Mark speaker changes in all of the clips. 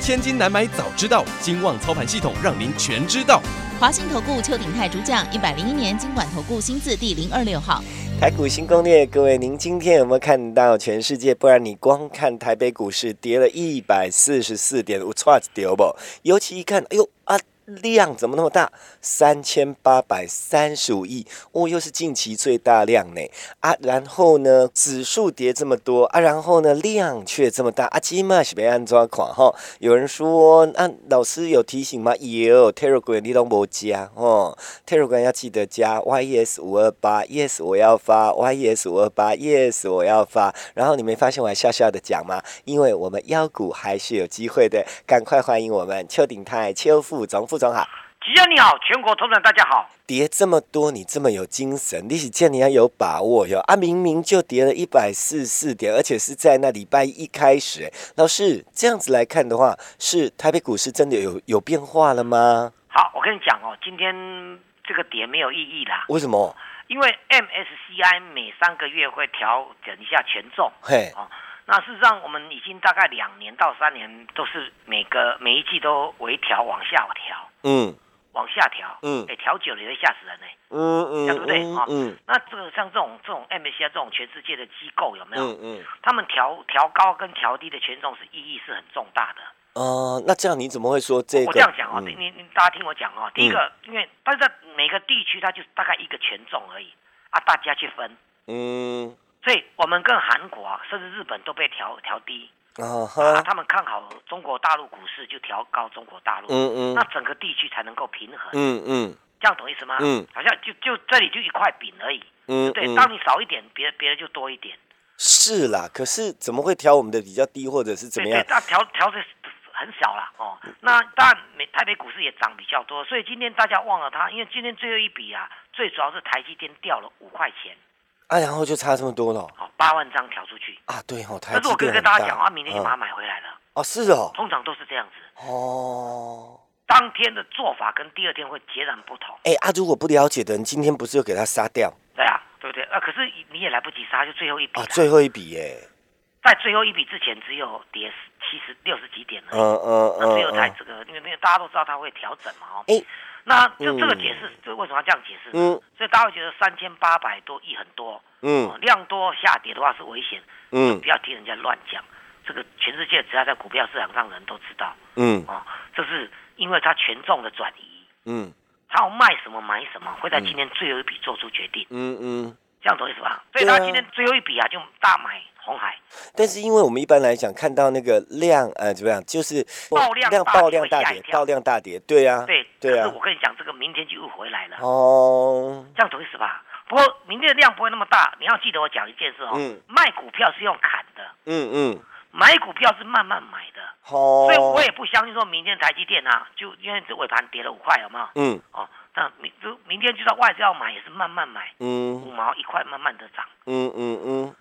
Speaker 1: 千金难买早知道，金旺操盘系统让您全知道。
Speaker 2: 华信投顾邱鼎泰主讲，一百零一年经管投顾新字第零二六号。
Speaker 3: 台股新攻略，各位，您今天有没有看到全世界？不然你光看台北股市跌了一百四十四点，我差丢不？尤其一看，哎呦啊！量怎么那么大？三千八百三十五亿，哦，又是近期最大量呢啊！然后呢，指数跌这么多啊，然后呢，量却这么大啊，今嘛是被安抓垮哈。有人说，啊，老师有提醒吗？有，Telegram 你都没加哦，Telegram 要记得加 YES 五二八，Yes 我要发，YES 五二八，Yes 我要发。然后你没发现我还笑笑的讲吗？因为我们妖股还是有机会的，赶快欢迎我们邱鼎泰邱副总副。副总好，
Speaker 4: 吉安你好，全国投资人大家好。
Speaker 3: 跌这么多，你这么有精神，历史见你要有把握哟啊！明明就跌了一百四十四点，而且是在那礼拜一开始、欸。老师这样子来看的话，是台北股市真的有有变化了吗？
Speaker 4: 好，我跟你讲哦，今天这个跌没有意义啦，
Speaker 3: 为什么？
Speaker 4: 因为 MSCI 每三个月会调整一下权重。
Speaker 3: 嘿，
Speaker 4: 哦，那事实上我们已经大概两年到三年都是每个每一季都微调往下调，
Speaker 3: 嗯
Speaker 4: 往下调。
Speaker 3: 嗯
Speaker 4: 哎、调久了也会吓死人呢、
Speaker 3: 嗯
Speaker 4: 这
Speaker 3: 嗯，
Speaker 4: 样对不对？
Speaker 3: 嗯
Speaker 4: 哦，
Speaker 3: 嗯
Speaker 4: 那这个像这种这种 MSCI 这种全世界的机构有没有？
Speaker 3: 嗯嗯，
Speaker 4: 他们调调高跟调低的权重是意义是很重大的。
Speaker 3: 哦，那这样你怎么会说这个？
Speaker 4: 我这样讲哦，
Speaker 3: 嗯
Speaker 4: 你你你大家听我讲哦。第一个，因为但是在每个地区它就是大概一个权重而已啊，大家去分。
Speaker 3: 嗯
Speaker 4: 所以我们跟韩国啊，甚至日本都被调调低
Speaker 3: 啊
Speaker 4: 啊，
Speaker 3: 哈，
Speaker 4: 他们看好中国大陆股市就调高中国大陆，
Speaker 3: 嗯
Speaker 4: 那
Speaker 3: 嗯
Speaker 4: 整个地区才能够平衡，
Speaker 3: 嗯嗯
Speaker 4: 这样懂意思吗？
Speaker 3: 嗯，
Speaker 4: 好像就就这里就一块饼而已，
Speaker 3: 嗯，
Speaker 4: 对，
Speaker 3: 嗯
Speaker 4: 当你少一点，别别人就多一点，
Speaker 3: 是啦，可是怎么会调我们的比较低，或者是怎
Speaker 4: 对
Speaker 3: 么样，？嗯
Speaker 4: 对那调调的很少啦哦。那当然，美台北股市也涨比较多，所以今天大家忘了它，因为今天最后一笔啊，最主要是台积电掉了五块钱，
Speaker 3: 啊，然后就差这么多了
Speaker 4: 哦，八万张调出去。
Speaker 3: 啊，对哦，台
Speaker 4: 但是
Speaker 3: 积
Speaker 4: 我可以
Speaker 3: 电
Speaker 4: 跟
Speaker 3: 很
Speaker 4: 大
Speaker 3: 大
Speaker 4: 家讲啊，明天就把它买回来了，
Speaker 3: 哦，是哦，
Speaker 4: 通常都是这样子。
Speaker 3: 哦，
Speaker 4: 当天的做法跟第二天会截然不同，
Speaker 3: 哎、啊，如果不了解的人，今天不是就给他杀掉
Speaker 4: 对啊，对不对？啊，可是你也来不及杀，就最后一笔
Speaker 3: 啊？
Speaker 4: 了。
Speaker 3: 最后一笔耶、
Speaker 4: 在最后一笔之前，只有跌七十六十几点了。
Speaker 3: 嗯嗯
Speaker 4: 那
Speaker 3: 嗯
Speaker 4: 最后才
Speaker 3: 嗯，
Speaker 4: 这个，因为因为大家都知道它会调整嘛，哦。
Speaker 3: 哎
Speaker 4: 那这这个
Speaker 3: 嗯
Speaker 4: 解释，这为什么要这样解释？
Speaker 3: 嗯，
Speaker 4: 所以大家会觉得三千八百多亿很多，哦
Speaker 3: 嗯
Speaker 4: 量多下跌的话是危险，
Speaker 3: 嗯
Speaker 4: 不要听人家乱讲。这个全世界只要在股票市场上，人都知道
Speaker 3: 嗯
Speaker 4: 哦，这是因为它权重的转移，
Speaker 3: 嗯
Speaker 4: 它要卖什么买什么，会在今天最后一笔做出决定，
Speaker 3: 嗯嗯。
Speaker 4: 这样懂意思吧？所以
Speaker 3: 对啊
Speaker 4: 他今天最后一笔啊，就大买红海，
Speaker 3: 但是因为我们一般来讲看到那个量，呃，怎么样，就是
Speaker 4: 爆量大跌
Speaker 3: 爆量大
Speaker 4: 会吓一
Speaker 3: 跌，
Speaker 4: 跳
Speaker 3: 爆量大跌，对啊，
Speaker 4: 对，
Speaker 3: 对
Speaker 4: 可
Speaker 3: 啊
Speaker 4: 是我，跟你讲，这个明天就又回来了。
Speaker 3: 哦，
Speaker 4: 这样懂意思吧？不过明天的量不会那么大，你要记得我讲一件事哦。
Speaker 3: 嗯
Speaker 4: 卖股票是用砍的，
Speaker 3: 嗯嗯，哦
Speaker 4: 买股票是慢慢买的，
Speaker 3: 好，
Speaker 4: 所以我也不相信说明天台积电啊，就因为这尾盘跌了五块，有没有？
Speaker 3: 嗯
Speaker 4: 哦，那明就明天就算外资要买，也是慢慢买，五
Speaker 3: 嗯
Speaker 4: 毛一块慢慢的涨。
Speaker 3: 嗯嗯嗯，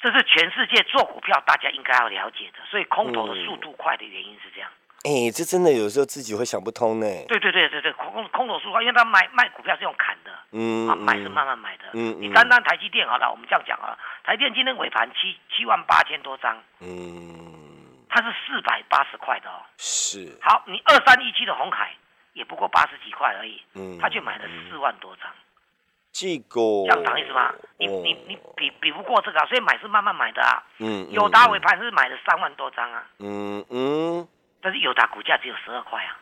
Speaker 4: 这是全世界做股票大家应该要了解的，所以空头
Speaker 3: 嗯
Speaker 4: 的速度快的原因是这样。
Speaker 3: 哎、这真的有时候自己会想不通呢，
Speaker 4: 对对对对对，空空头速度快，因为他买卖股票是用砍的，
Speaker 3: 嗯
Speaker 4: 啊，买是
Speaker 3: 嗯
Speaker 4: 慢慢买的。
Speaker 3: 嗯
Speaker 4: 你
Speaker 3: 嗯
Speaker 4: 单单台积电好了，我们这样讲啊，台积电今天尾盘七七万八千多张，
Speaker 3: 嗯，
Speaker 4: 它是四百八十块的哦。
Speaker 3: 是，
Speaker 4: 好，你二三一七的红海也不过八十几块而已，
Speaker 3: 嗯，哦
Speaker 4: 他却买了四万多张，
Speaker 3: 这个，
Speaker 4: 这样懂意思吗？你你你比比不过这个、啊，所以买是慢慢买的啊。
Speaker 3: 哦嗯，嗯
Speaker 4: 友达尾，盘是买了三万多张啊，
Speaker 3: 嗯嗯
Speaker 4: 但是友达股价只有十二块啊，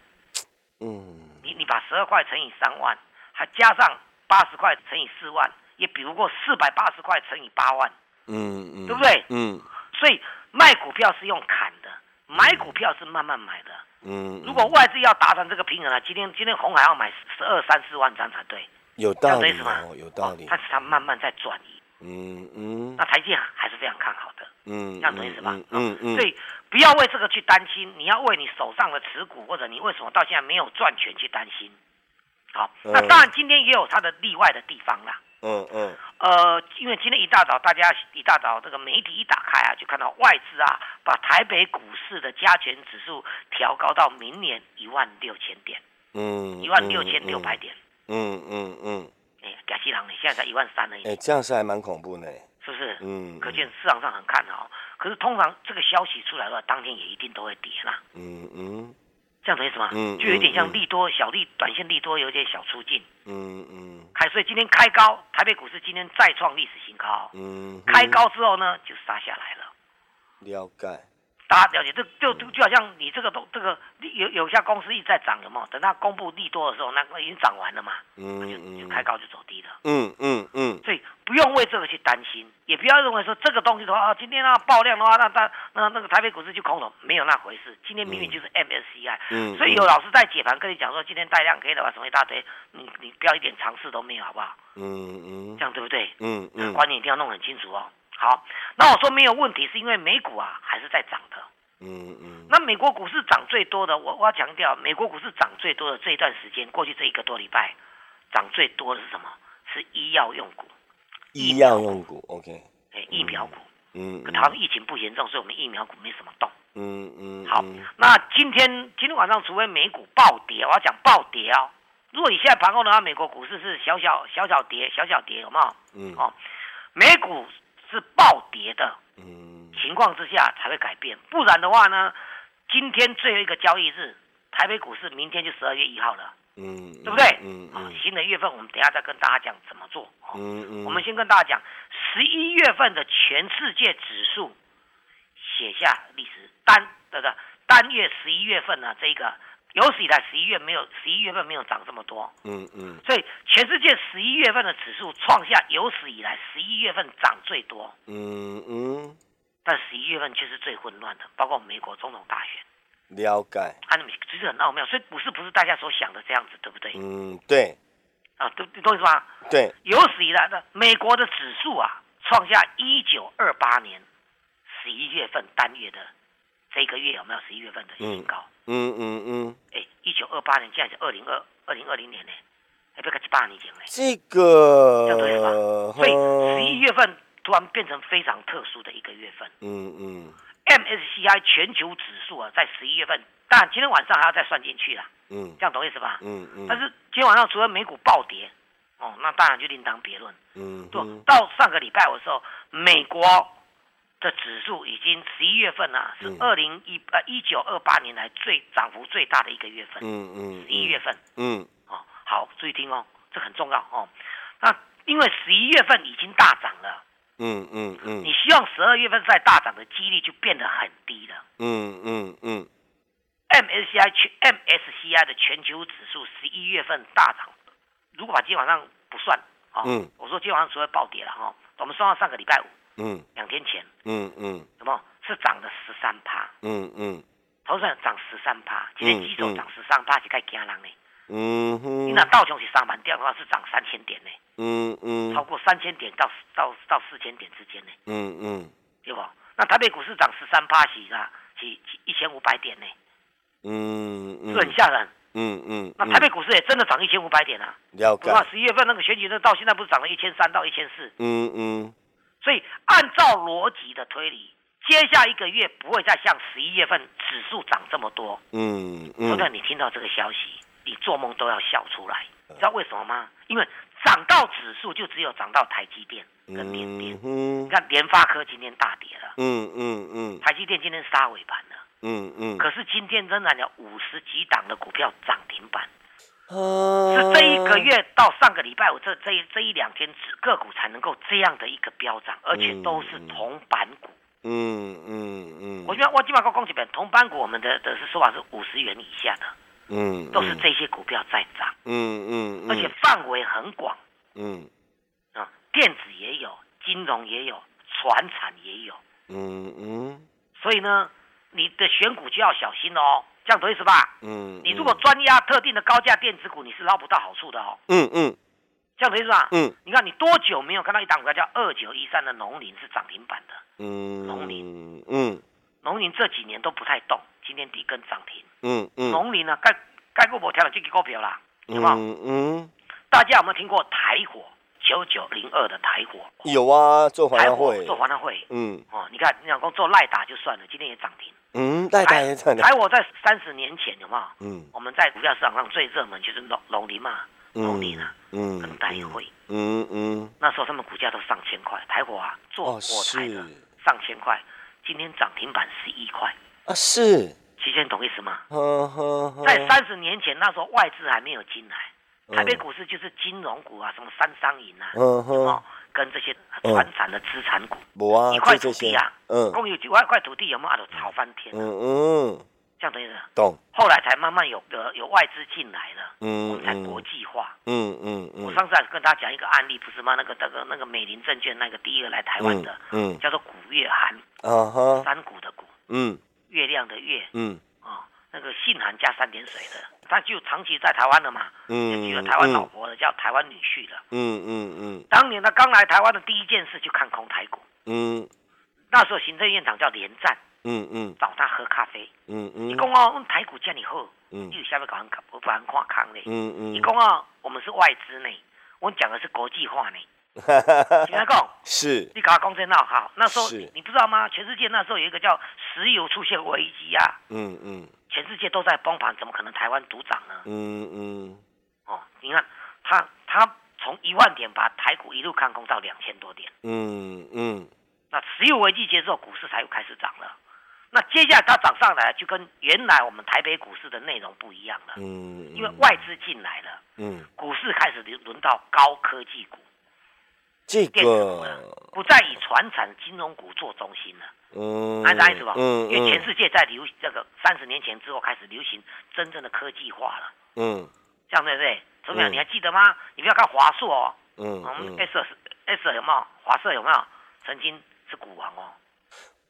Speaker 3: 嗯，
Speaker 4: 你你把十二块乘以三万，还加上八十块乘以四万，也比不过四百八十块乘以八万。
Speaker 3: 嗯嗯，
Speaker 4: 对不对
Speaker 3: 嗯
Speaker 4: 所以卖股票是用砍的，买股票是慢慢买的。
Speaker 3: 嗯，
Speaker 4: 如果外资要达成这个平衡啊，今天今天红海要买十二三四万张才对，
Speaker 3: 有
Speaker 4: 这样
Speaker 3: 道
Speaker 4: 的
Speaker 3: 理
Speaker 4: 意思吗
Speaker 3: 哦，？有道理
Speaker 4: 哦，但是它慢慢在转移，
Speaker 3: 嗯嗯
Speaker 4: 那台积电还是非常看好的，
Speaker 3: 嗯，
Speaker 4: 这样懂意思吧？
Speaker 3: 嗯嗯，
Speaker 4: 所以不要为这个去担心，你要为你手上的持股或者你为什么到现在没有赚钱去担心。好，
Speaker 3: 嗯
Speaker 4: 那当然今天也有它的例外的地方啦。
Speaker 3: 嗯嗯，
Speaker 4: 呃，因为今天一大早大家一大早这个媒体一打开啊，就看到外资啊把台北股市的加权指数调高到明年一万六千点，
Speaker 3: 嗯，
Speaker 4: 一万六千六百
Speaker 3: 点。
Speaker 4: 点。
Speaker 3: 嗯嗯嗯，
Speaker 4: 哎，假西郎，你现在才一万三而已
Speaker 3: 哎、，这样是还蛮恐怖的。
Speaker 4: 是不是？
Speaker 3: 嗯，
Speaker 4: 可见市场上很看好。可是通常这个消息出来的话，当天也一定都会跌啦。
Speaker 3: 嗯嗯
Speaker 4: 这样懂意思吗？
Speaker 3: 嗯
Speaker 4: 就有点
Speaker 3: 嗯
Speaker 4: 像
Speaker 3: 嗯
Speaker 4: 利多小利，短线利多有点小出尽。
Speaker 3: 嗯嗯
Speaker 4: 还所以今天开高，台北股市今天再创历史新高。
Speaker 3: 嗯，
Speaker 4: 开高之后呢，就杀下来了。
Speaker 3: 了解。
Speaker 4: 大家了解，这就就就好像你这个东这个有有家公司一直在涨，有没有？等它公布利多的时候，那个已经涨完了嘛，就
Speaker 3: 嗯
Speaker 4: 就
Speaker 3: 嗯，
Speaker 4: 开。高就走低了。
Speaker 3: 嗯嗯嗯
Speaker 4: 所以不用为这个去担心，也不要认为说这个东西的话，啊、今天啊爆量的话，那那那那个台北股市就空了，没有那回事。今天明明就是 MSCI，、
Speaker 3: 嗯，
Speaker 4: 啊所以有老师在解盘跟你讲说，今天带量黑的话，什么一大堆，你你不要一点常识都没有，好不好？
Speaker 3: 嗯嗯
Speaker 4: 这样对不对？
Speaker 3: 嗯嗯
Speaker 4: 观念一定要弄很清楚哦。好，那我说没有问题，是因为美股啊还是在涨的。
Speaker 3: 嗯嗯，
Speaker 4: 那美国股市涨最多的，我我要强调，美国股市涨最多的这一段时间，过去这一个多礼拜，涨最多的是什么？是医药用股，
Speaker 3: 医药用股，OK。
Speaker 4: 哎，疫苗股。
Speaker 3: 嗯
Speaker 4: 可台湾疫情不严重，所以我们疫苗股没什么动。
Speaker 3: 嗯嗯，
Speaker 4: 好，那今天今天晚上除非美股暴跌，我要讲暴跌哦。如果你现在盘后的话，美国股市是小小小小跌，小小跌，有没有？
Speaker 3: 嗯
Speaker 4: 哦，美股是暴跌的
Speaker 3: 嗯
Speaker 4: 情况之下才会改变，不然的话呢，今天最后一个交易日，台北股市明天就十二月一号了，
Speaker 3: 嗯，
Speaker 4: 对不对？
Speaker 3: 嗯
Speaker 4: 啊
Speaker 3: 嗯，
Speaker 4: 新的月份我们等一下再跟大家讲怎么做。哦
Speaker 3: 嗯嗯，
Speaker 4: 我们先跟大家讲，十一月份的全世界指数写下历史单的的单月十一月份呢，这个有史以来十一月没有十一月份没有涨这么多，
Speaker 3: 嗯嗯
Speaker 4: 所以全世界十一月份的指数创下有史以来十一月份涨最多，
Speaker 3: 嗯嗯，
Speaker 4: 但十一月份却是最混乱的，包括美国总统大选，
Speaker 3: 了解。
Speaker 4: 啊，你们其实很奥妙，所以股市不是大家所想的这样子，对不对？
Speaker 3: 嗯，对
Speaker 4: 啊，懂懂我意思吗？
Speaker 3: 对，
Speaker 4: 有史以来的美国的指数啊，创下一九二八年十一月份单月的这个月有没有十一月份的新高？
Speaker 3: 嗯嗯嗯，
Speaker 4: 哎、一九二八年现在是二零二二零二零年呢、哎，不要七八年前呢、
Speaker 3: 这个
Speaker 4: 这样对
Speaker 3: 哦
Speaker 4: 吧？所以十一月份突然变成非常特殊的一个月份
Speaker 3: 嗯嗯
Speaker 4: ，MSCI 全球指数啊，在十一月份，当然今天晚上还要再算进去啦，
Speaker 3: 嗯
Speaker 4: 这样懂意思吧？
Speaker 3: 嗯嗯，
Speaker 4: 但是今天晚上除了美股暴跌，哦，那当然就另当别论。
Speaker 3: 嗯
Speaker 4: 对，到上个礼拜五的时候，美国的指数已经十一月份啊，是
Speaker 3: 嗯
Speaker 4: 二零一呃一九二八年来最涨幅最大的一个月份，
Speaker 3: 嗯嗯
Speaker 4: 十一月份
Speaker 3: 嗯
Speaker 4: 哦。好，注意听哦，这很重要哦。那因为十一月份已经大涨了，
Speaker 3: 嗯嗯嗯
Speaker 4: 你希望十二月份再大涨的几率就变得很低了。
Speaker 3: 嗯嗯嗯
Speaker 4: MSCI 全 MSCI 的全球指数十一月份大涨，如果把今天晚上不算哦，
Speaker 3: 嗯
Speaker 4: 我说今天晚上除了暴跌了哈、哦，我们算到上个礼拜五
Speaker 3: 嗯
Speaker 4: 两天前。
Speaker 3: 嗯嗯
Speaker 4: 什么？是涨了十三趴，
Speaker 3: 嗯嗯
Speaker 4: 头上涨十三趴，今天基数涨十三趴是该惊人呢。
Speaker 3: 嗯
Speaker 4: 你
Speaker 3: 哼
Speaker 4: 那道琼斯上盘掉的话是涨三千点呢，
Speaker 3: 嗯嗯
Speaker 4: 超过三千点到到到四千点之间呢，
Speaker 3: 嗯嗯
Speaker 4: 对不？那台北股市涨十三趴是啊，是一千五百点呢，
Speaker 3: 嗯嗯
Speaker 4: 是很吓人。
Speaker 3: 嗯嗯，
Speaker 4: 那台北股市也真的涨一千五百点啊！
Speaker 3: 了
Speaker 4: 不
Speaker 3: 解，
Speaker 4: 过十一月份那个选举，那到现在不是涨了一千三到一千四？
Speaker 3: 嗯嗯
Speaker 4: 所以按照逻辑的推理，接下一个月不会再像十一月份指数涨这么多。
Speaker 3: 嗯
Speaker 4: 就
Speaker 3: 嗯
Speaker 4: 算你听到这个消息，你做梦都要笑出来。
Speaker 3: 嗯
Speaker 4: 你知道为什么吗？因为涨到指数就只有涨到台积电跟联电。
Speaker 3: 嗯
Speaker 4: 你看联发科今天大跌了，
Speaker 3: 嗯嗯嗯
Speaker 4: 台积电今天杀尾盘了，
Speaker 3: 嗯嗯，
Speaker 4: 可是今天仍然有五十几档的股票涨停板，
Speaker 3: 是
Speaker 4: 是这一个月到上个礼拜五这这一这一两天只个股才能够这样的一个飙涨，而且都是同板股。
Speaker 3: 嗯嗯嗯，
Speaker 4: 我觉得我今晚刚讲几本同板股，我们的的是说法是五十元以下的，
Speaker 3: 嗯
Speaker 4: 都是这些股票在涨，
Speaker 3: 嗯嗯，
Speaker 4: 而且范围很广。
Speaker 3: 嗯
Speaker 4: 啊，电子也有，金融也有，船产也有，
Speaker 3: 嗯嗯
Speaker 4: 所以呢，你的选股就要小心哦，这样懂意思吧？
Speaker 3: 嗯，
Speaker 4: 你如果专压特定的高价电子股，你是捞不到好处的哦，
Speaker 3: 嗯嗯
Speaker 4: 这样懂意思吧？
Speaker 3: 嗯
Speaker 4: 你看你多久没有看到一档股票叫二九一三的农林是涨停板的？
Speaker 3: 嗯嗯嗯
Speaker 4: 农林这几年都不太动，今天底根涨停。
Speaker 3: 嗯嗯
Speaker 4: 农林呢，盖盖过我调了这个股票啦，有没有？
Speaker 3: 嗯嗯，
Speaker 4: 大家有没有听过台火九九零二的台火？
Speaker 3: 有啊，做华
Speaker 4: 台
Speaker 3: 纳
Speaker 4: 火
Speaker 3: 会，
Speaker 4: 做华南会
Speaker 3: 嗯
Speaker 4: 哦，你看你想说做赖打就算了，今天也涨停。
Speaker 3: 嗯，大家也在
Speaker 4: 台火在三十年前有没有？
Speaker 3: 嗯
Speaker 4: 我们在股票市场上最热门就是农农林嘛，农林啊，
Speaker 3: 嗯
Speaker 4: 跟台会。
Speaker 3: 嗯嗯，
Speaker 4: 那时候他们股价都上千块，台火啊做
Speaker 3: 哦
Speaker 4: 火柴
Speaker 3: 是
Speaker 4: 的上千块，今天涨停板十一块，
Speaker 3: 啊是，
Speaker 4: 其实你懂意思吗？
Speaker 3: 呵呵呵，
Speaker 4: 在三十年前那时候外资还没有进来，
Speaker 3: 嗯
Speaker 4: 台北股市就是金融股啊，什么三商银啊，
Speaker 3: 嗯
Speaker 4: 哦
Speaker 3: 哼，，
Speaker 4: 跟这些
Speaker 3: 嗯
Speaker 4: 传产的资产股，
Speaker 3: 无啊，
Speaker 4: 一块
Speaker 3: 就这
Speaker 4: 土
Speaker 3: 些
Speaker 4: 地啊，，
Speaker 3: 嗯
Speaker 4: 共有几万块土地有没有啊都炒翻天了，
Speaker 3: 嗯嗯，
Speaker 4: 这样等于是
Speaker 3: 懂，
Speaker 4: 后来才慢慢有有有外资进来了，我
Speaker 3: 嗯
Speaker 4: 们才国
Speaker 3: 嗯
Speaker 4: 际化。
Speaker 3: 嗯嗯
Speaker 4: 我
Speaker 3: 嗯，
Speaker 4: 上次还跟大家讲一个案例，不是吗？那个那个那个美林证券那个第二来台湾的，
Speaker 3: 嗯嗯
Speaker 4: 叫做古月涵，
Speaker 3: 啊哈，
Speaker 4: 山谷的谷，
Speaker 3: 嗯
Speaker 4: 月亮的月
Speaker 3: 嗯
Speaker 4: 哦，那个信函加三点水的，他就长期在台湾了嘛，就
Speaker 3: 嗯，
Speaker 4: 娶了台湾老婆的，叫台湾女婿的。
Speaker 3: 嗯嗯嗯
Speaker 4: 当年他刚来台湾的第一件事就看空台股，
Speaker 3: 嗯
Speaker 4: 那时候行政院长叫连战
Speaker 3: 嗯嗯
Speaker 4: 找他喝咖啡，
Speaker 3: 嗯
Speaker 4: 伊
Speaker 3: 嗯，
Speaker 4: 讲哦，阮台股遮尔好，
Speaker 3: 嗯
Speaker 4: 你有啥物甲阮甲甲阮看空咧？
Speaker 3: 嗯嗯，
Speaker 4: 伊讲哦，我们是外资呢，我讲的是国际 化呢。听他讲，
Speaker 3: 是，
Speaker 4: 你搞公正闹好，那时候
Speaker 3: 是
Speaker 4: 你你不知道吗？全世界那时候有一个叫石油出现危机啊，
Speaker 3: 嗯嗯
Speaker 4: 全世界都在崩盘，怎么可能台湾独涨呢？
Speaker 3: 嗯嗯
Speaker 4: 哦，你看他他从一万点把台股一路看空到两千多点，
Speaker 3: 嗯嗯
Speaker 4: 那石油危机结束，股市才又开始涨了。那接下来它涨上来，就跟原来我们台北股市的内容不一样了，
Speaker 3: 嗯，
Speaker 4: 因为外资进来了，
Speaker 3: 嗯
Speaker 4: 股市开始轮轮到高科技股、
Speaker 3: 这
Speaker 4: 电子股了
Speaker 3: 个，
Speaker 4: 不再以传产金融股做中心了。
Speaker 3: 嗯，
Speaker 4: 按啥意思吧？
Speaker 3: 嗯
Speaker 4: 因为全世界在流这个三十年前之后开始流行真正的科技化了，
Speaker 3: 嗯
Speaker 4: 这样对不对？怎么样？
Speaker 3: 嗯
Speaker 4: 你还记得吗？你不要看华硕哦，
Speaker 3: 嗯
Speaker 4: 我们
Speaker 3: 嗯
Speaker 4: S S 有没有？华硕有没有？曾经是股王哦，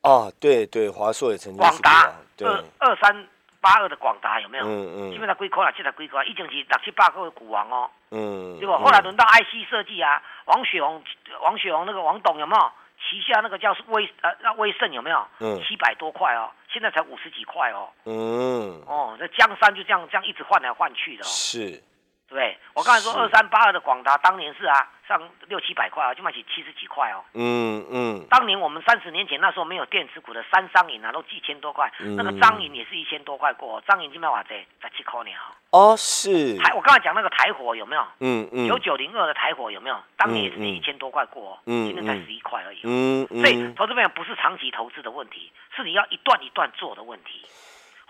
Speaker 3: 哦，对对，华硕也曾经
Speaker 4: 广
Speaker 3: 是
Speaker 4: 达
Speaker 3: 对，
Speaker 4: 二二三八二的广达有没有？
Speaker 3: 嗯
Speaker 4: 基
Speaker 3: 嗯
Speaker 4: 本上几块啦，七十几块，以前是六七八个的股王哦，
Speaker 3: 嗯，
Speaker 4: 对不？后来轮到 IC 设计啊，王雪红、王雪红那个王董有没有？旗下那个叫威呃，那威盛有没有？
Speaker 3: 嗯
Speaker 4: 七百多块哦，现在才五十几块哦。
Speaker 3: 嗯
Speaker 4: 哦，那江山就这样这样一直换来换去的、哦，
Speaker 3: 是，
Speaker 4: 对不对？我刚才说
Speaker 3: 是
Speaker 4: 二三八二的广达当年是啊，上六七百块啊，就卖起七十几块哦。
Speaker 3: 嗯嗯
Speaker 4: 当年我们三十年前那时候没有电子股的三商银啊，都一千多块，
Speaker 3: 嗯
Speaker 4: 那个张银也是一千多块过、哦，张银今麦哇塞，十七块呢哦。
Speaker 3: 哦是，
Speaker 4: 台我刚才讲那个台火有没有？
Speaker 3: 嗯嗯
Speaker 4: 九九零二的台火有没有？当年也是
Speaker 3: 嗯嗯
Speaker 4: 一千多块过、哦，
Speaker 3: 嗯
Speaker 4: 今天才
Speaker 3: 嗯
Speaker 4: 十一块而已、哦。
Speaker 3: 嗯
Speaker 4: 所以
Speaker 3: 嗯，
Speaker 4: 投资朋友不是长期投资的问题，是你要一段一段做的问题。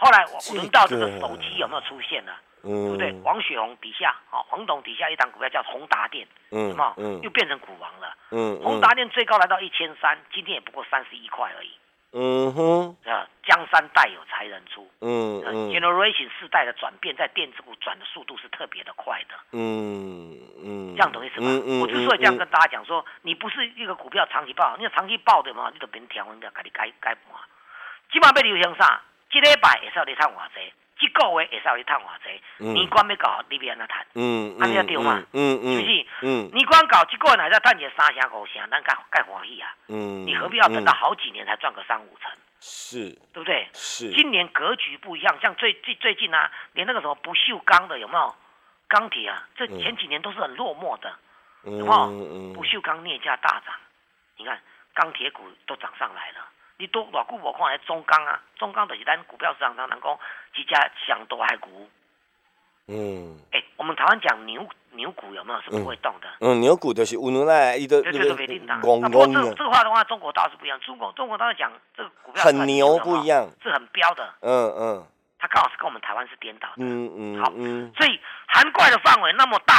Speaker 4: 后来我
Speaker 3: 这
Speaker 4: 轮到这
Speaker 3: 个
Speaker 4: 个手机有没有出现呢？
Speaker 3: 对
Speaker 4: 对不对？王雪红底下，哦，黄董底下一档股票叫宏达电，
Speaker 3: 嗯
Speaker 4: 什么、
Speaker 3: 嗯
Speaker 4: 又变成股王了？
Speaker 3: 嗯
Speaker 4: 宏达电最高来到一千三，今天也不过三十一块而已。
Speaker 3: 嗯哼
Speaker 4: 啊，江山代有才人出、
Speaker 3: 嗯
Speaker 4: 呃
Speaker 3: 嗯
Speaker 4: generation 世代的转变在电子股转的速度是特别的快的，
Speaker 3: 嗯嗯，
Speaker 4: 这样懂意思吗？
Speaker 3: 嗯嗯，
Speaker 4: 我之所以这样跟大家讲说，你不是一个股票长期抱，你要长期抱的嘛，你就别调温的，给你改改盘。今晚要流行啥？一礼拜会使你赚偌济，一个月会使你赚偌济，
Speaker 3: 嗯
Speaker 4: 年关要到，你要安怎赚？
Speaker 3: 嗯，
Speaker 4: 安尼才对嘛
Speaker 3: 嗯嗯，
Speaker 4: 是不是？
Speaker 3: 嗯
Speaker 4: 你光搞一个人还在赚钱三成五成，咱该该欢喜啊！
Speaker 3: 嗯，
Speaker 4: 你何必要等到
Speaker 3: 嗯？
Speaker 4: 好几年才赚个三五成，
Speaker 3: 是
Speaker 4: 对不对？
Speaker 3: 是，
Speaker 4: 今年格局不一样，像最最最近啊，连那个什么不锈钢的有没有？钢铁啊，这
Speaker 3: 嗯
Speaker 4: 前几年都是很落寞的，
Speaker 3: 嗯
Speaker 4: 有没有？
Speaker 3: 嗯
Speaker 4: 不锈钢镍价大涨，你看钢铁股都涨上来了。你都偌久无看来中钢啊，中钢就是咱股票市场上人讲一家上大的股。
Speaker 3: 嗯
Speaker 4: 哎、我们台湾讲牛牛股有没有是不会动的？
Speaker 3: 嗯，牛股就是有牛奶，伊都
Speaker 4: 对对对，没定当。啊
Speaker 3: 拱
Speaker 4: 那不过
Speaker 3: 拱
Speaker 4: 这个
Speaker 3: 的
Speaker 4: 这，个话的话，中国倒是不一样。中国中国倒是讲这个股票
Speaker 3: 啊很牛
Speaker 4: 的
Speaker 3: 不
Speaker 4: 话
Speaker 3: 一，样，
Speaker 4: 是很标的。
Speaker 3: 嗯嗯
Speaker 4: 它刚好是跟我们台湾是颠倒的，
Speaker 3: 嗯嗯，嗯
Speaker 4: 所以涵盖的范围那么大，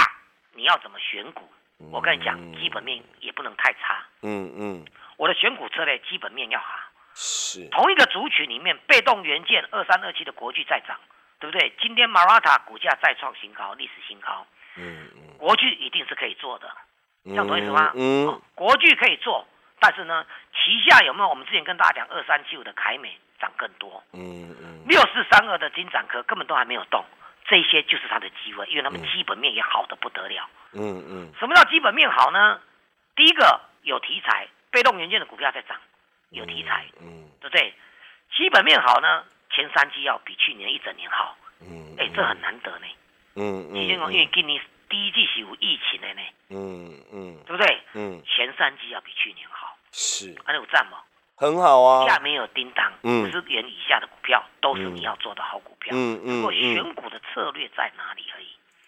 Speaker 4: 你要怎么选股？我跟你讲，基本面也不能太差。
Speaker 3: 嗯嗯
Speaker 4: 我的选股策略基本面要好。
Speaker 3: 是，
Speaker 4: 同一个族群里面，被动元件二三二七的国巨在涨，对不对？今天 Marata 股价再创新高，历史新高，
Speaker 3: 嗯嗯，
Speaker 4: 国巨一定是可以做的。这样懂意思吗？哦
Speaker 3: 嗯，
Speaker 4: 国巨可以做，但是呢，旗下有没有我们之前跟大家讲二三七五的凯美涨更多，
Speaker 3: 嗯嗯
Speaker 4: 六四三二的金展科根本都还没有动，这些就是它的机会，因为他们基本面也好的不得了。
Speaker 3: 嗯嗯
Speaker 4: 什么叫基本面好呢？第一个有题材，被动元件的股票在涨，有题材，
Speaker 3: 嗯
Speaker 4: 对不对？基本面好呢，前三季要比去年一整年好，
Speaker 3: 嗯，
Speaker 4: 哎，这很难得呢。
Speaker 3: 嗯嗯
Speaker 4: 基金公因为今年第一季是有疫情的呢，
Speaker 3: 嗯嗯
Speaker 4: 对不对？
Speaker 3: 嗯，
Speaker 4: 前三季要比去年好，
Speaker 3: 是
Speaker 4: 安有赞吗？
Speaker 3: 很好
Speaker 4: 下
Speaker 3: 啊，
Speaker 4: 面有叮当，
Speaker 3: 嗯
Speaker 4: 五十元以下的股票都是你要做的好股票。
Speaker 3: 嗯
Speaker 4: 不
Speaker 3: 嗯
Speaker 4: 过
Speaker 3: 嗯
Speaker 4: 选股的策略在哪里而已，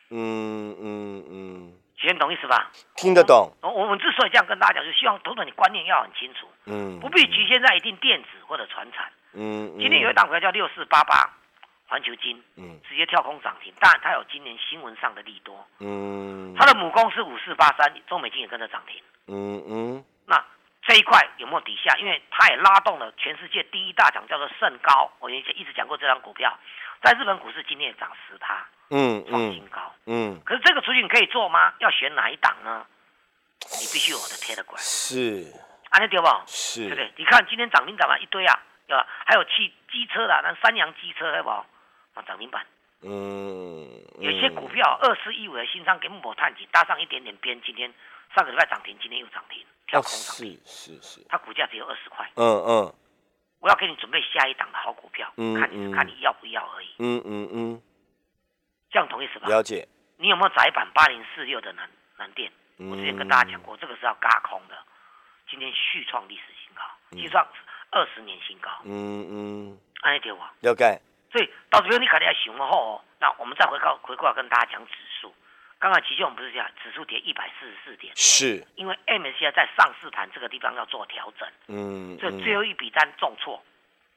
Speaker 3: 嗯嗯嗯，
Speaker 4: 学员懂意思吧？
Speaker 3: 听得懂，
Speaker 4: 我我们之所以这样跟大家讲，就希望投资你观念要很清楚，
Speaker 3: 嗯，
Speaker 4: 不必局限在一定电子或者船产。
Speaker 3: 嗯，嗯，
Speaker 4: 今天有一档股票叫六四八八，环球金
Speaker 3: 嗯
Speaker 4: 直接跳空涨停，当然它有今年新闻上的利多，
Speaker 3: 嗯，
Speaker 4: 它的母公司五四八三，中美金也跟着涨停。
Speaker 3: 嗯嗯
Speaker 4: 那这一块有没有底下？因为它也拉动了全世界第一大奖，叫做盛高。我以前一直讲过这张股票，在日本股市今天也涨十趴，
Speaker 3: 嗯
Speaker 4: 创
Speaker 3: 嗯
Speaker 4: 新高。
Speaker 3: 嗯，
Speaker 4: 可是这个族群可以做吗？要选哪一档呢？你必须有我的 Telegram，
Speaker 3: 是
Speaker 4: 安利对不？对不
Speaker 3: 是，
Speaker 4: 对？你看今天涨停板嘛一堆啊，对吧？还有汽机车啦，那三洋机车对不？啊，涨停板。
Speaker 3: 嗯，
Speaker 4: 有些股票二四一五的新商给木某探底搭上一点点边，今天上个礼拜涨停，今天又涨停，跳空涨停，
Speaker 3: 啊哦是是是，
Speaker 4: 它股价只有二十块。
Speaker 3: 嗯嗯
Speaker 4: 我要给你准备下一档的好股票，
Speaker 3: 嗯
Speaker 4: 看你
Speaker 3: 嗯
Speaker 4: 看你要不要而已，
Speaker 3: 嗯嗯嗯，
Speaker 4: 这样同意是吧？
Speaker 3: 了解，
Speaker 4: 你有没有窄板八零四六的南南电？
Speaker 3: 嗯
Speaker 4: 我之前跟大家讲过，这个是要嘎空的，今天续创历史新高，续创二十年新高，
Speaker 3: 嗯嗯，
Speaker 4: 安利对吧？
Speaker 3: 了解，
Speaker 4: 所以到这边你肯定要想了后哦，那我们再回到回过来跟大家讲指数。刚刚其实我们不是讲指数跌一百四十四点，
Speaker 3: 是，
Speaker 4: 因为 MSCI 啊在上市盘这个地方要做调整，
Speaker 3: 嗯，
Speaker 4: 所以最后一笔单重挫，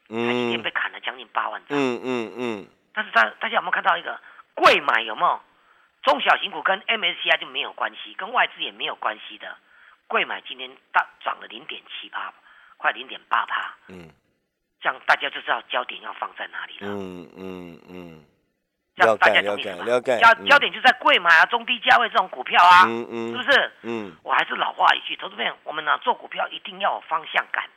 Speaker 4: 台积电被砍了将近八万张。
Speaker 3: 嗯嗯嗯，
Speaker 4: 但是大大家有没有看到一个贵买有没有？中小型股跟 MSCI 啊就没有关系，跟外资也没有关系的。贵买今天大涨了零点七八，快零点八趴，
Speaker 3: 嗯
Speaker 4: 这样大家就知道焦点要放在哪里了。
Speaker 3: 嗯嗯嗯，
Speaker 4: 这样
Speaker 3: 了
Speaker 4: 大家
Speaker 3: 解
Speaker 4: 懂
Speaker 3: 了
Speaker 4: 意思
Speaker 3: 解
Speaker 4: 吧
Speaker 3: 了解，
Speaker 4: 焦焦点就在贵买啊、中低价位这种股票啊，
Speaker 3: 嗯嗯
Speaker 4: 是不是？
Speaker 3: 嗯
Speaker 4: 我还是老话一句，投资朋友，我们呢、做股票一定要有方向感。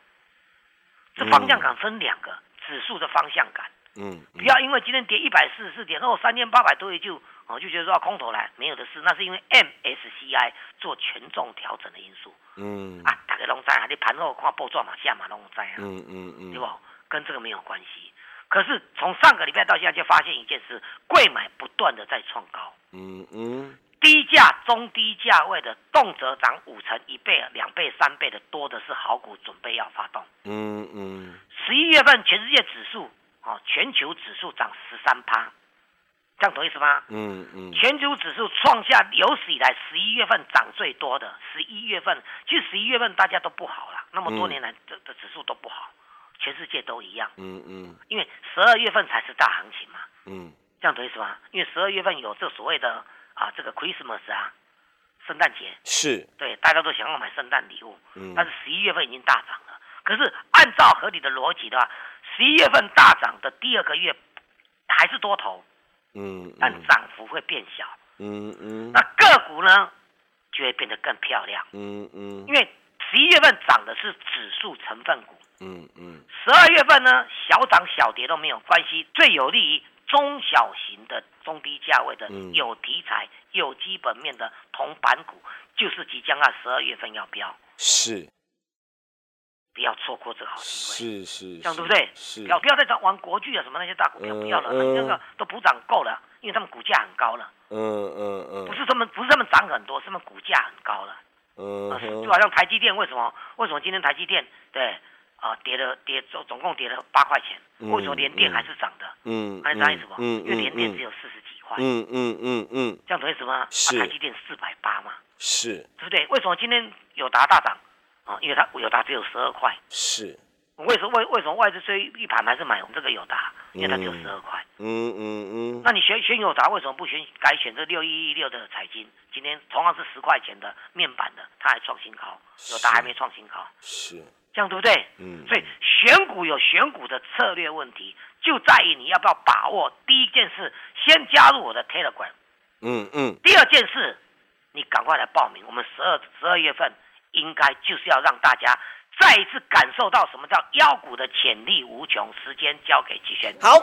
Speaker 4: 这方向感分两个，指数的方向感。
Speaker 3: 嗯，
Speaker 4: 不要因为今天跌一百四十四点，哦，三千八百多也就哦就觉得说要空头来，没有的事，那是因为 MSCI 做权重调整的因素
Speaker 3: 嗯
Speaker 4: 啊，大家拢知啊，你盘后看报纸嘛，下嘛拢知啊，
Speaker 3: 嗯嗯嗯，
Speaker 4: 对不？跟这个没有关系。可是从上个礼拜到现在，就发现一件事，贵买不断的在创高，
Speaker 3: 嗯嗯
Speaker 4: 低价、中低价位的动辄涨五成、一倍、两倍、三倍的多的是好股，准备要发动。
Speaker 3: 嗯嗯
Speaker 4: 十一月份全世界指数啊、哦，全球指数涨十三趴，这样懂意思吗？
Speaker 3: 嗯嗯，
Speaker 4: 全球指数创下有史以来十一月份涨最多的，十一月份，其实十一月份大家都不好了，那么多年来这这指数都不好，全世界都一样，
Speaker 3: 嗯嗯
Speaker 4: 因为十二月份才是大行情嘛，
Speaker 3: 嗯
Speaker 4: 这样懂意思吗？因为十二月份有这所谓的啊这个 Christmas 啊，圣诞节，
Speaker 3: 是，
Speaker 4: 对，大家都想要买圣诞礼物，
Speaker 3: 嗯
Speaker 4: 但是十一月份已经大涨了。可是按照合理的逻辑的话，十一月份大涨的第二个月还是多头，
Speaker 3: 嗯
Speaker 4: 但涨幅会变小。
Speaker 3: 嗯嗯
Speaker 4: 那个股呢，就会变得更漂亮，
Speaker 3: 嗯嗯
Speaker 4: 因为十一月份涨的是指数成分股，
Speaker 3: 嗯嗯
Speaker 4: 十二月份呢小涨小跌都没有关系，最有利于中小型的中低价位的
Speaker 3: 嗯
Speaker 4: 有题材、有基本面的铜板股，就是即将要十二月份要标，
Speaker 3: 是
Speaker 4: 不要错过这个好机会。
Speaker 3: 是是，
Speaker 4: 这样对不对？
Speaker 3: 是
Speaker 4: 不，要不要再找玩国剧啊什么那些大股票
Speaker 3: 嗯
Speaker 4: 不要了，
Speaker 3: 嗯
Speaker 4: 那个都补涨够了，因为他们股价很高了，
Speaker 3: 嗯嗯嗯，
Speaker 4: 不是他们不是他们涨很多，是他们股价很高了。
Speaker 3: 嗯
Speaker 4: 呃
Speaker 3: 哼，
Speaker 4: 就好像台积电为什么为什么今天台积电对啊、跌了跌总总共跌了八块钱，
Speaker 3: 嗯
Speaker 4: 为什么联电还是涨的？
Speaker 3: 嗯，
Speaker 4: 还是啥意思不？
Speaker 3: 嗯
Speaker 4: 因为联电只
Speaker 3: 有，
Speaker 4: 有四十几块，
Speaker 3: 嗯嗯嗯嗯
Speaker 4: 这样懂意思吗？
Speaker 3: 是
Speaker 4: 啊、台积电四百八嘛，
Speaker 3: 是
Speaker 4: 对不对？为什么今天友达大涨啊？因为它友达只有十二块，
Speaker 3: 是，
Speaker 4: 为什么为为什么外资追一盘还是买我们这个友达？因为它只有
Speaker 3: 嗯
Speaker 4: 十二块。
Speaker 3: 嗯嗯嗯
Speaker 4: 那你选选友达为什么不选改选这六一一六的彩金？今天同样是十块钱的面板的，它还创新高，友达
Speaker 3: 是
Speaker 4: 还没创新高，
Speaker 3: 是，
Speaker 4: 这样对不对？
Speaker 3: 嗯，
Speaker 4: 所以选股有选股的策略问题，就在于你要不要把握。第一件事，先加入我的 Telegram；
Speaker 3: 嗯嗯
Speaker 4: 第二件事，你赶快来报名。我们十二十二月份应该就是要让大家再一次感受到什么叫妖股的潜力无穷。时间交给齐轩。
Speaker 3: 好。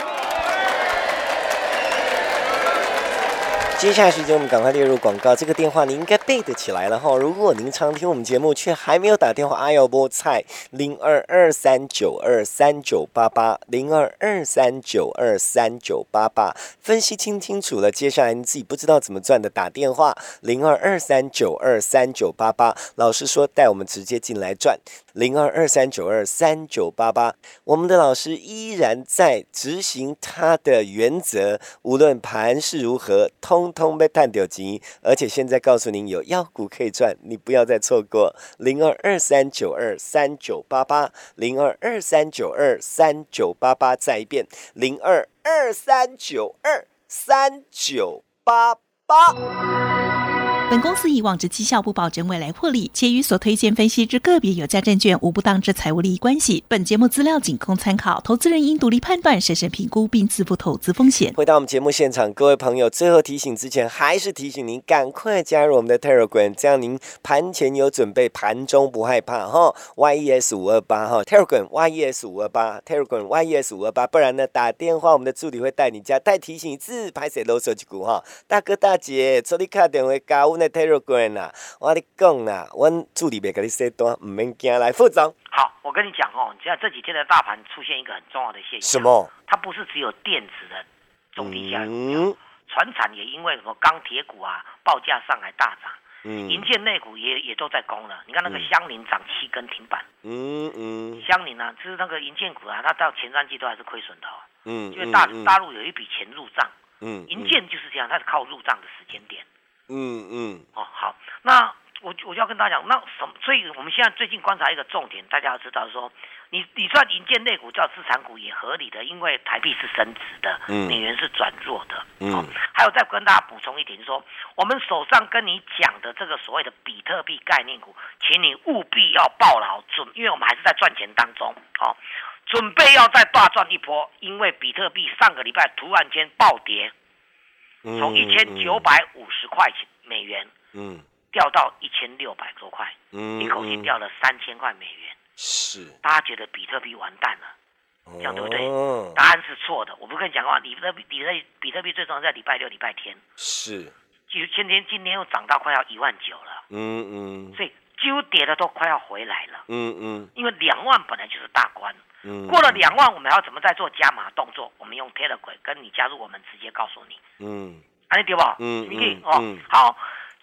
Speaker 3: 接下来时间我们赶快列入广告，这个电话你应该背得起来了哈。如果您常听我们节目却还没有打电话，阿耀波菜零二二三九二三九八八零二二三九二三九八八，分析清清楚了，接下来你自己不知道怎么赚的，打电话零二二三九二三九八八，老师说带我们直接进来赚。零二二三九二三九八八。我们的老师依然在执行他的原则，无论盘势如何，通通被探掉级。而且现在告诉您，有妖股可以赚，你不要再错过零二二三九二三九八八零二二三九二三九八八。再一遍，零二二三九二三九八八。
Speaker 5: 本公司以往之绩效不保证未来获利，且与所推荐分析之个别有价证券无不当之财务利益关系。本节目资料仅供参考，投资人应独立判断、审慎评估并自负投资风险。
Speaker 3: 回到我们节目现场，各位朋友，最后提醒之前，还是提醒您赶快加入我们的 Telegram，这样您盘前有准备，盘中不害怕哈。YES 五二八哈，Telegram YES 五二八，Telegram YES 五二八，不然呢打电话，我们的助理会带你加，带提醒一次，拍谁啰嗦一句哈。大哥大姐，做你打电话加阮的 Telegram 啦，我跟你讲啦，阮助理袂甲你说单，唔免惊来，副总
Speaker 4: 好，我跟你讲哦，你知道这几天的大盘出现一个很重要的现
Speaker 3: 什？
Speaker 4: 象，
Speaker 3: 么？
Speaker 4: 它不是只有电子的中低价股票，
Speaker 3: 嗯
Speaker 4: 船产也因为什么钢铁股啊报价上来大涨，银
Speaker 3: 嗯
Speaker 4: 建类股也也都在攻了。你看那个
Speaker 3: 嗯
Speaker 4: 香林涨七根停板，
Speaker 3: 嗯嗯
Speaker 4: 香林啊，就是那个银建股啊，它到前三季都还是亏损的、哦，
Speaker 3: 嗯，
Speaker 4: 因为大
Speaker 3: 嗯
Speaker 4: 大陆有一笔钱入账，
Speaker 3: 嗯
Speaker 4: 银建就是这样，它是靠入账的时间点。
Speaker 3: 嗯嗯
Speaker 4: 哦，好，那我我就要跟大家讲，那什么？所以我们现在最近观察一个重点，大家要知道说，你你算银建类股叫资产股也合理的，因为台币是升值的，
Speaker 3: 嗯
Speaker 4: 美元是转弱的。
Speaker 3: 嗯
Speaker 4: 哦，还有再跟大家补充一点，就是说我们手上跟你讲的这个所谓的比特币概念股，请你务必要抱牢准，因为我们还是在赚钱当中。哦，准备要再大赚一波，因为比特币上个礼拜突然间暴跌，
Speaker 3: 嗯，
Speaker 4: 从一千九百五十块钱美元。
Speaker 3: 嗯。嗯
Speaker 4: 掉到一千六百多块，
Speaker 3: 嗯，
Speaker 4: 一口气
Speaker 3: 嗯
Speaker 4: 掉了三千块美元。
Speaker 3: 是，
Speaker 4: 大家觉得比特币完蛋了，
Speaker 3: 这
Speaker 4: 样对不对
Speaker 3: 哦、
Speaker 4: 答案是错的。我不是跟你讲过吗，比特币、比特币、比特币最重要在礼拜六、礼拜天，
Speaker 3: 是，
Speaker 4: 就今天今天又涨到快要一万九了，
Speaker 3: 嗯嗯
Speaker 4: 所以几乎跌的都快要回来了。
Speaker 3: 嗯嗯
Speaker 4: 因为两万本来就是大关，
Speaker 3: 嗯，
Speaker 4: 过了，两万，我们还要怎么再做加码动作？我们用 Telegram 跟你加入，我们直接告诉你。
Speaker 3: 嗯
Speaker 4: 安尼对不？
Speaker 3: 嗯
Speaker 4: 你可以
Speaker 3: 嗯
Speaker 4: 哦，
Speaker 3: 嗯
Speaker 4: 好，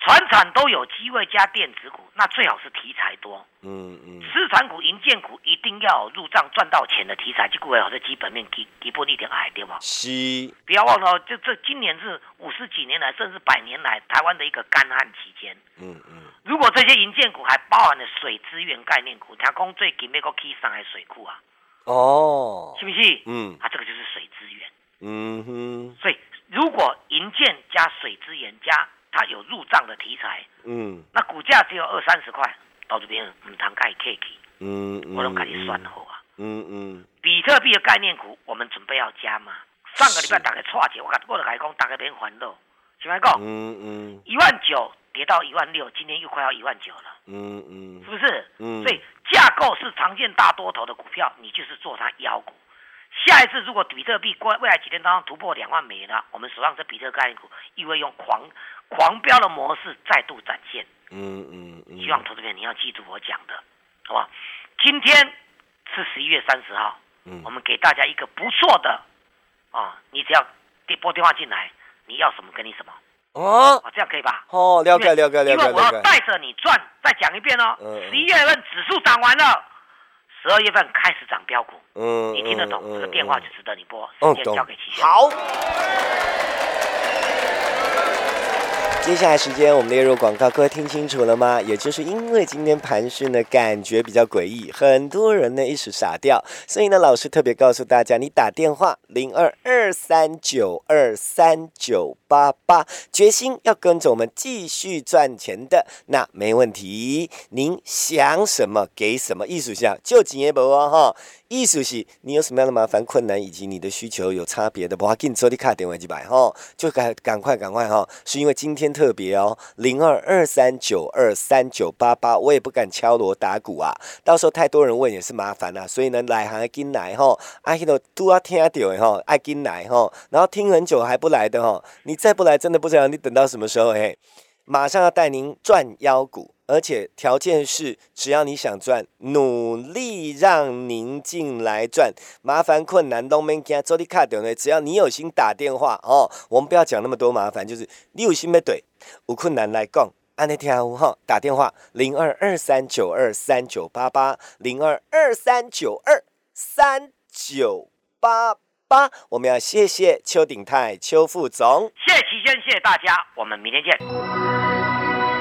Speaker 4: 船产都有机会加电子股，那最好是题材多。
Speaker 3: 嗯嗯，
Speaker 4: 资产股、银建股一定要有入账赚到钱的题材，就股为好这基本面基基本一点矮，对吧？
Speaker 3: 西，
Speaker 4: 不要忘了哦，就这今年是五十几年来，甚至百年来台湾的一个干旱期间。
Speaker 3: 嗯嗯
Speaker 4: 如果这些银建股还包含了水资源概念股，台工最近美国起上海水库啊，
Speaker 3: 哦
Speaker 4: 是，不是？
Speaker 3: 嗯
Speaker 4: 啊，这个就是水资源。
Speaker 3: 嗯哼，
Speaker 4: 所以，如果银建加水资源加它有入账的题材，
Speaker 3: 嗯
Speaker 4: 那股价只有二三十块，到这边唔通盖 K K，
Speaker 3: 嗯嗯，
Speaker 4: 我拢给你算好啊。
Speaker 3: 嗯嗯
Speaker 4: 比特币的概念股，我们准备要加嘛？上个礼拜
Speaker 3: 是
Speaker 4: 大概错解，我跟我就跟你讲，大概免烦恼。请问讲，
Speaker 3: 嗯嗯
Speaker 4: 一万九跌到一万六，今天又快要一万九了，
Speaker 3: 嗯嗯
Speaker 4: 是不是？
Speaker 3: 嗯，
Speaker 4: 所以架构是常见大多头的股票，你就是做它妖股。下一次如果比特币过未来几天当中突破两万美元了，我们手上这比特概念股亦会用狂狂飙的模式再度展现。
Speaker 3: 嗯嗯嗯，
Speaker 4: 希望投资者你要记住我讲的，好不好？今天是十一月三十号，
Speaker 3: 嗯
Speaker 4: 我们给大家一个不错的啊，你只要电拨电话进来，你要什么跟你什么
Speaker 3: 哦
Speaker 4: 啊，这样可以吧？
Speaker 3: 哦，了解了解了
Speaker 4: 因
Speaker 3: 解
Speaker 4: 为我要
Speaker 3: 了解，
Speaker 4: 带着你赚，再讲一遍哦
Speaker 3: 嗯嗯。
Speaker 4: 十一月份指数涨完了，十二月份开始涨标股，
Speaker 3: 嗯，
Speaker 4: 你听得懂？这个电话就值得你拨，时
Speaker 3: 嗯
Speaker 4: 间
Speaker 3: 懂
Speaker 4: 交给齐轩。
Speaker 3: 好。接下来时间我们列入广告，各位听清楚了吗？也就是因为今天盘市呢感觉比较诡异，很多人呢一时傻掉，所以呢老师特别告诉大家，你打电话零二二三九二三九八八，决心要跟着我们继续赚钱的，那没问题。您想什么给什么，艺术家就几年不哦哈。意思是你有什么样的麻烦、困难以及你的需求有差别的，不要紧，做你卡点为几百哈，就赶赶快赶快哈，是因为今天特别哦，零二二三九二三九八八，我也不敢敲锣打鼓啊，到时候太多人问也是麻烦啊，所以呢，来行进来哈，啊，迄个都要听到的哈，爱进来哈，然后听很久还不来的哈，你再不来真的不知道你等到什么时候嘿。马上要带您赚腰股，而且条件是，只要你想赚，努力让您进来赚，麻烦困难都免惊，做你卡掉呢。只要你有心打电话哦，我们不要讲那么多麻烦，就是你有心要对，有困难来讲。安内听有哈，打电话零二二三九二三九八八零二二三九二三九八八，我们要谢谢邱鼎泰邱副总。
Speaker 4: 谢谢齐先，谢谢大家，我们明天见。